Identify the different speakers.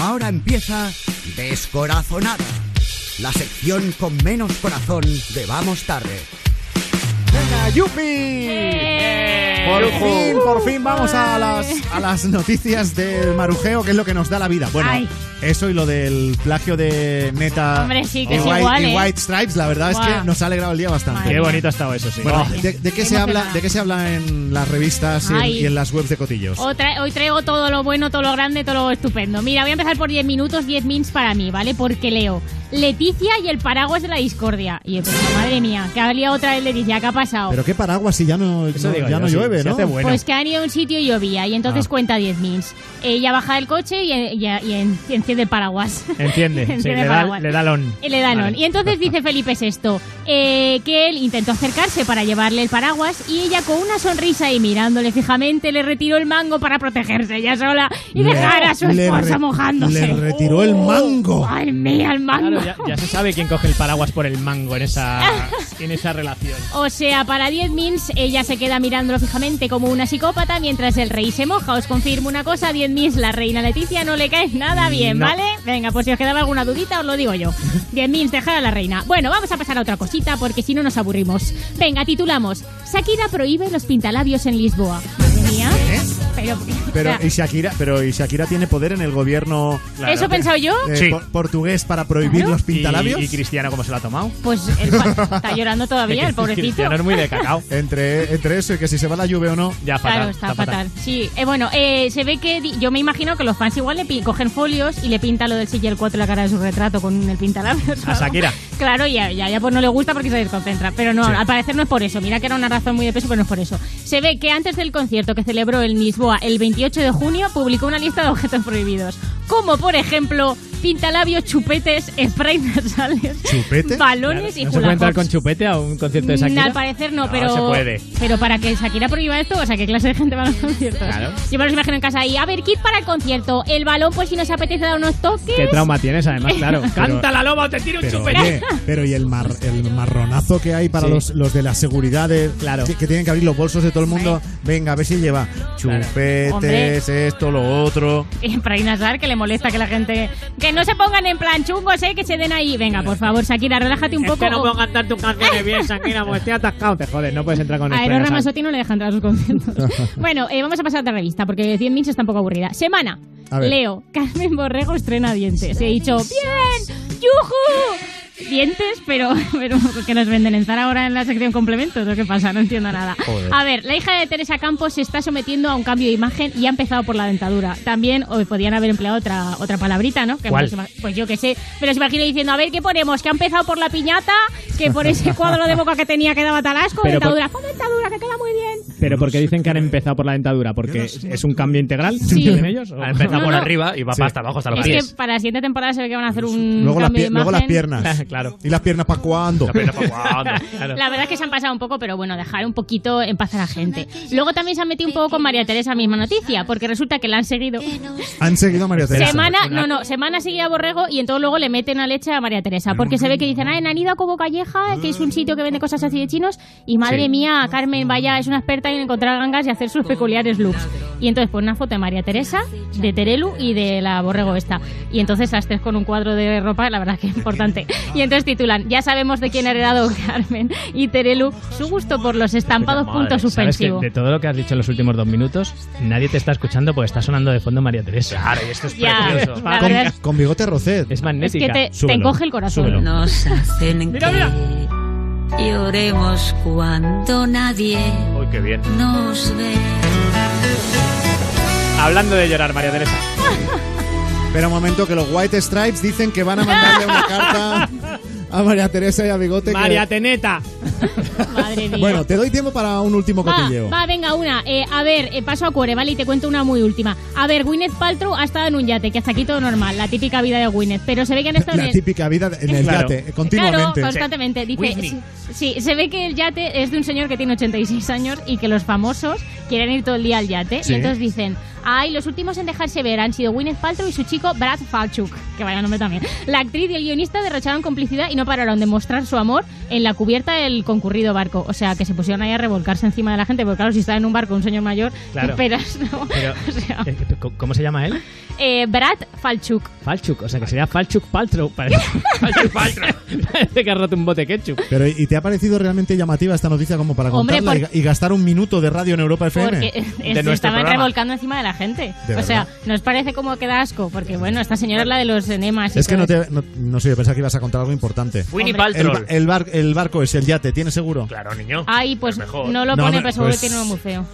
Speaker 1: Ahora empieza Descorazonada, la sección con menos corazón de Vamos Tarde.
Speaker 2: ¡Venga, yupi! Por fin, por fin vamos a las, a las noticias del marujeo, que es lo que nos da la vida. Bueno,
Speaker 3: Ay.
Speaker 2: eso y lo del plagio de Neta
Speaker 3: Hombre, sí, que
Speaker 2: y,
Speaker 3: es
Speaker 2: White,
Speaker 3: igual,
Speaker 2: y
Speaker 3: ¿eh?
Speaker 2: White Stripes, la verdad es
Speaker 3: Buah.
Speaker 2: que nos ha alegrado el día bastante.
Speaker 3: Madre.
Speaker 4: Qué bonito ha estado eso, sí.
Speaker 2: Bueno,
Speaker 4: Oh,
Speaker 2: ¿de, de qué se
Speaker 3: Emocionada.
Speaker 2: habla, ¿de qué se habla en las revistas y en,
Speaker 3: Ay.
Speaker 2: y en las webs de cotillos?
Speaker 3: Hoy, tra- hoy traigo todo lo bueno, todo lo grande, todo lo estupendo. Mira, voy a empezar por 10 minutos, 10 mins para mí, ¿vale? Porque leo Leticia y el paraguas de la discordia. Y yo pensé, madre mía, que ha liado otra vez Leticia, ¿qué ha pasado?
Speaker 2: Pero qué paraguas si ya no,
Speaker 4: eso
Speaker 2: no-
Speaker 4: digo
Speaker 2: ya
Speaker 4: yo,
Speaker 2: no
Speaker 4: sí,
Speaker 2: llueve,
Speaker 4: se
Speaker 2: ¿no?
Speaker 4: hace bueno.
Speaker 3: Pues que han ido a un sitio y llovía, y entonces
Speaker 2: Ah.
Speaker 3: cuenta 10 mins. Ella baja del coche y, y- y en- y enciende el paraguas.
Speaker 4: Entiende, sí,
Speaker 3: Enciende
Speaker 4: le, da,
Speaker 3: paraguas.
Speaker 4: le da lon.
Speaker 3: Y le dan
Speaker 4: Vale.
Speaker 3: on. Y entonces dice Felipe esto, que él intentó acercarse para llevarle el paraguas y ella con una sonrisa y mirándole fijamente le retiró el mango para protegerse ella sola y
Speaker 2: Le-
Speaker 3: dejar a su
Speaker 2: le
Speaker 3: esposa
Speaker 2: re-
Speaker 3: mojándose. Uh, Oh,
Speaker 2: Le retiró el mango.
Speaker 3: ¡Ay, mía, el mango!
Speaker 4: Claro, ya, ya se sabe quién coge el paraguas por el mango en esa, en esa relación.
Speaker 3: O sea, para 10 mins ella se queda mirándolo fijamente como una psicópata mientras el rey se moja. Os confirmo una cosa, 10 mins la reina Leticia no le cae nada bien,
Speaker 4: No.
Speaker 3: ¿vale? Venga, por si os quedaba alguna dudita os lo digo yo. 10 mins, dejar a la reina. Bueno, vamos a pasar a otra cosita porque si no nos aburrimos. Venga, titulamos. Shakira prohíbe los pintalabios en Lisboa. Madre mía. Pero,
Speaker 2: ¿Eh? Pero
Speaker 3: o sea,
Speaker 2: y Shakira, pero y Shakira tiene poder en el gobierno
Speaker 3: ¿eso he pensado yo?
Speaker 2: eh,
Speaker 4: Sí.
Speaker 2: por- portugués para prohibir
Speaker 3: Claro.
Speaker 2: los
Speaker 4: ¿Y,
Speaker 2: pintalabios.
Speaker 4: y Cristiano cómo se lo ha tomado?
Speaker 3: Pues el pa- está llorando todavía el
Speaker 4: Que Cristi-
Speaker 3: pobrecito.
Speaker 4: Cristiano es muy de cacao.
Speaker 2: entre, entre eso y que si se va la lluvia o no.
Speaker 4: Ya, fatal.
Speaker 3: Claro, está, fatal. Sí, Eh, bueno, eh, se ve que di- yo me imagino que los fans igual le pi- cogen folios y le pinta lo del silla el 4 la cara de su retrato con el pintalabios.
Speaker 4: A Shakira.
Speaker 3: Claro, ya, ya, ya pues no le gusta porque se desconcentra. Pero no,
Speaker 4: Sí.
Speaker 3: al parecer no es por eso. Mira que era una razón muy de peso, pero no es por eso. Se ve que antes del concierto que celebró en Lisboa el 28 de junio, publicó una lista de objetos prohibidos. Como por ejemplo, pintalabios, chupetes, sprays nasales,
Speaker 2: ¿Chupete?
Speaker 3: balones y
Speaker 4: ¿No se puede entrar
Speaker 3: hulacops.
Speaker 4: con chupete a un concierto de Shakira?
Speaker 3: Mm, Al parecer no,
Speaker 4: No,
Speaker 3: pero.
Speaker 4: se puede.
Speaker 3: Pero para que Shakira prohíba esto, o sea, ¿qué clase de gente va a los conciertos?
Speaker 4: Claro.
Speaker 3: Yo me los imagino en casa ahí. A ver, kit para el concierto. El balón, pues si nos apetece dar unos toques.
Speaker 4: ¿Qué trauma tienes además? Claro. ¡Canta la loba o te tiro un
Speaker 2: Pero,
Speaker 4: chupete!
Speaker 2: oye, pero y el, mar- el marronazo que hay para
Speaker 4: Sí.
Speaker 2: los, los de la seguridad de-
Speaker 4: Claro.
Speaker 2: que, que tienen que abrir los bolsos de todo el mundo. Venga, a ver si lleva chupetes, esto, lo otro.
Speaker 3: Eh, Para Inasar, que le molesta que la gente. Que no se pongan en plan chungos, ¿eh? Que se den ahí. Venga, por favor, Shakira, relájate un poco. o-
Speaker 4: tanto canciones bien, Shakira, porque estoy atascado. Te jodes, no puedes entrar con
Speaker 3: A Eros
Speaker 4: esperanza.
Speaker 3: Ramazzotti no le dejan entrar a sus conciertos. bueno, eh, vamos a pasar a otra revista, porque 100 mins está un poco aburrida. Semana.
Speaker 2: A ver.
Speaker 3: Leo, Carmen Borrego estrena dientes. He dicho, ¡bien! ¡Yujú! Dientes, pero, pero pues que nos venden en Zara ahora en la sección complementos. ¿o ¿Qué pasa? No entiendo nada.
Speaker 2: Joder.
Speaker 3: A ver, la hija de Teresa Campos se está sometiendo a un cambio de imagen y ha empezado por la dentadura. También o podían haber empleado otra, otra palabrita, ¿no? Que
Speaker 4: ¿Cuál?
Speaker 3: me los ima- Pues yo qué sé. Me los imagino diciendo, a ver, ¿qué ponemos? Que ha empezado por la piñata, que por ese cuadro de boca que tenía que daba talasco con
Speaker 4: Pero por-
Speaker 3: dentadura, con dentadura, que queda muy bien.
Speaker 4: Pero porque dicen que han empezado por la dentadura, porque es un cambio integral
Speaker 3: Sí.
Speaker 4: en ellos. ¿o?
Speaker 5: Ha empezado
Speaker 3: No,
Speaker 5: por
Speaker 3: no.
Speaker 5: arriba y va
Speaker 4: Sí.
Speaker 5: para hasta abajo hasta los
Speaker 3: Es
Speaker 5: pies.
Speaker 3: que para la siguiente temporada se ve que van a hacer un
Speaker 2: Luego, las
Speaker 3: Mm, cambio de
Speaker 2: pie- luego las
Speaker 3: imagen.
Speaker 2: piernas.
Speaker 4: Claro.
Speaker 2: ¿Y las piernas para cuándo?
Speaker 5: La pena pa' cuando, claro.
Speaker 3: La verdad es que se han pasado un poco, pero bueno, dejar un poquito en paz a la gente. Luego también se han metido un poco con María Teresa, misma noticia, porque resulta que la han seguido.
Speaker 2: Han seguido a María Teresa.
Speaker 3: Semana, no, no, semana seguida a Borrego y entonces luego le meten la leche a María Teresa, porque se ve que dicen, ah, en han ido a Cobo Calleja, que es un sitio que vende cosas así de chinos, y madre
Speaker 4: Ah. Sí.
Speaker 3: mía, Carmen, vaya, es una experta en encontrar gangas y hacer sus peculiares looks. Y entonces pone una foto de María Teresa, de Terelu y de la Borrego esta. Y entonces las tres con un cuadro de ropa, la verdad que es importante. Y entonces titulan, ya sabemos de quién ha heredado Carmen y Terelu su gusto por los estampados
Speaker 4: Madre,
Speaker 3: puntos
Speaker 4: ¿sabes
Speaker 3: suspensivos.
Speaker 4: que De todo lo que has dicho en los últimos dos minutos, nadie te está escuchando porque está sonando de fondo María Teresa.
Speaker 5: Claro, y esto es
Speaker 3: Ya,
Speaker 5: precioso.
Speaker 3: la
Speaker 2: Con,
Speaker 3: verdad es-
Speaker 2: con bigote rosé.
Speaker 4: Es
Speaker 3: es que
Speaker 4: magnética.
Speaker 3: te, te
Speaker 2: Súbelo,
Speaker 3: encoge el corazón.
Speaker 4: súbelo.
Speaker 6: Nos hacen
Speaker 4: Mira,
Speaker 6: que lloremos cuando nadie
Speaker 5: Uy, qué bien.
Speaker 6: nos ve.
Speaker 4: Hablando de llorar, María Teresa.
Speaker 2: Espera un momento, que los White Stripes dicen que van a mandarle una carta a María Teresa y a Bigote. que-
Speaker 4: María Teneta.
Speaker 3: Madre mía.
Speaker 2: Bueno, te doy tiempo para un último
Speaker 3: Va,
Speaker 2: cotilleo.
Speaker 3: va, venga, una. Eh, a ver, eh, paso a Cuore, ¿vale? Y te cuento una muy última. A ver, Gwyneth Paltrow ha estado en un yate, que hasta aquí todo normal, la típica vida de Gwyneth. Pero se ve que han estado en
Speaker 2: La
Speaker 3: el-
Speaker 2: típica vida en el
Speaker 4: Claro.
Speaker 2: yate, eh, continuamente.
Speaker 3: Claro, constantemente. Dice,
Speaker 5: Whitney.
Speaker 3: sí, sí, se ve que el yate es de un señor que tiene 86 años y que los famosos quieren ir todo el día al yate.
Speaker 2: Sí.
Speaker 3: Y entonces dicen, Ay, los últimos en dejarse ver han sido Gwyneth Paltrow y su chico Brad Falchuk, que vaya nombre también. La actriz y el guionista derrocharon complicidad y no pararon de mostrar su amor en la cubierta del concurrido barco. O sea, que se pusieron ahí a revolcarse encima de la gente, porque claro, si está en un barco un señor mayor, ¿qué
Speaker 4: Claro.
Speaker 3: esperas, no?
Speaker 4: Pero,
Speaker 3: O sea,
Speaker 4: eh, eh, ¿cómo- ¿Cómo se llama él?
Speaker 3: eh, Brad Falchuk.
Speaker 4: Falchuk, o sea que sería Falchuk Paltrow. Parece, Falchuk Paltrow. Parece que ha roto un bote ketchup.
Speaker 2: Pero ¿y te ha parecido realmente llamativa esta noticia como para
Speaker 3: Hombre,
Speaker 2: contarla y
Speaker 3: por-
Speaker 2: ga- y gastar un minuto de radio en Europa FM?
Speaker 3: Porque
Speaker 5: De
Speaker 3: eh, se
Speaker 5: nuestro
Speaker 3: estaban
Speaker 5: programa.
Speaker 3: revolcando encima de la gente.
Speaker 2: De
Speaker 3: o sea,
Speaker 2: verdad.
Speaker 3: nos parece como que da asco, porque bueno, esta señora es la de los enemas. y
Speaker 2: Es que
Speaker 3: todo
Speaker 2: no, te,
Speaker 3: eso.
Speaker 2: no, no sé, yo pensaba que ibas a contar algo importante.
Speaker 5: Winnie
Speaker 3: Hombre.
Speaker 2: El,
Speaker 5: Paltrow.
Speaker 2: ba- el bar- el barco es el yate, ¿tiene seguro?
Speaker 5: Claro, niño.
Speaker 3: Ay, pues
Speaker 5: Es mejor.
Speaker 3: no lo
Speaker 2: No,
Speaker 3: pone,
Speaker 2: no,
Speaker 3: pero seguro
Speaker 2: pues-
Speaker 3: que tiene uno muy feo.